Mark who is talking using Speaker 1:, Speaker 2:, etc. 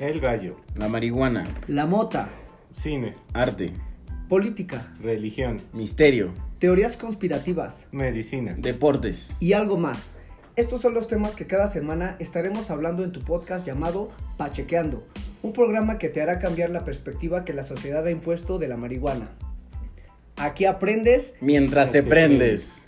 Speaker 1: El gallo.
Speaker 2: La marihuana.
Speaker 3: La mota.
Speaker 1: Cine.
Speaker 2: Arte.
Speaker 3: Política.
Speaker 1: Religión.
Speaker 2: Misterio.
Speaker 3: Teorías conspirativas.
Speaker 1: Medicina.
Speaker 2: Deportes.
Speaker 3: Y algo más. Estos son los temas que cada semana estaremos hablando en tu podcast llamado Pachequeando, un programa que te hará cambiar la perspectiva que la sociedad ha impuesto de la marihuana. Aquí aprendes
Speaker 2: Mientras te prendes.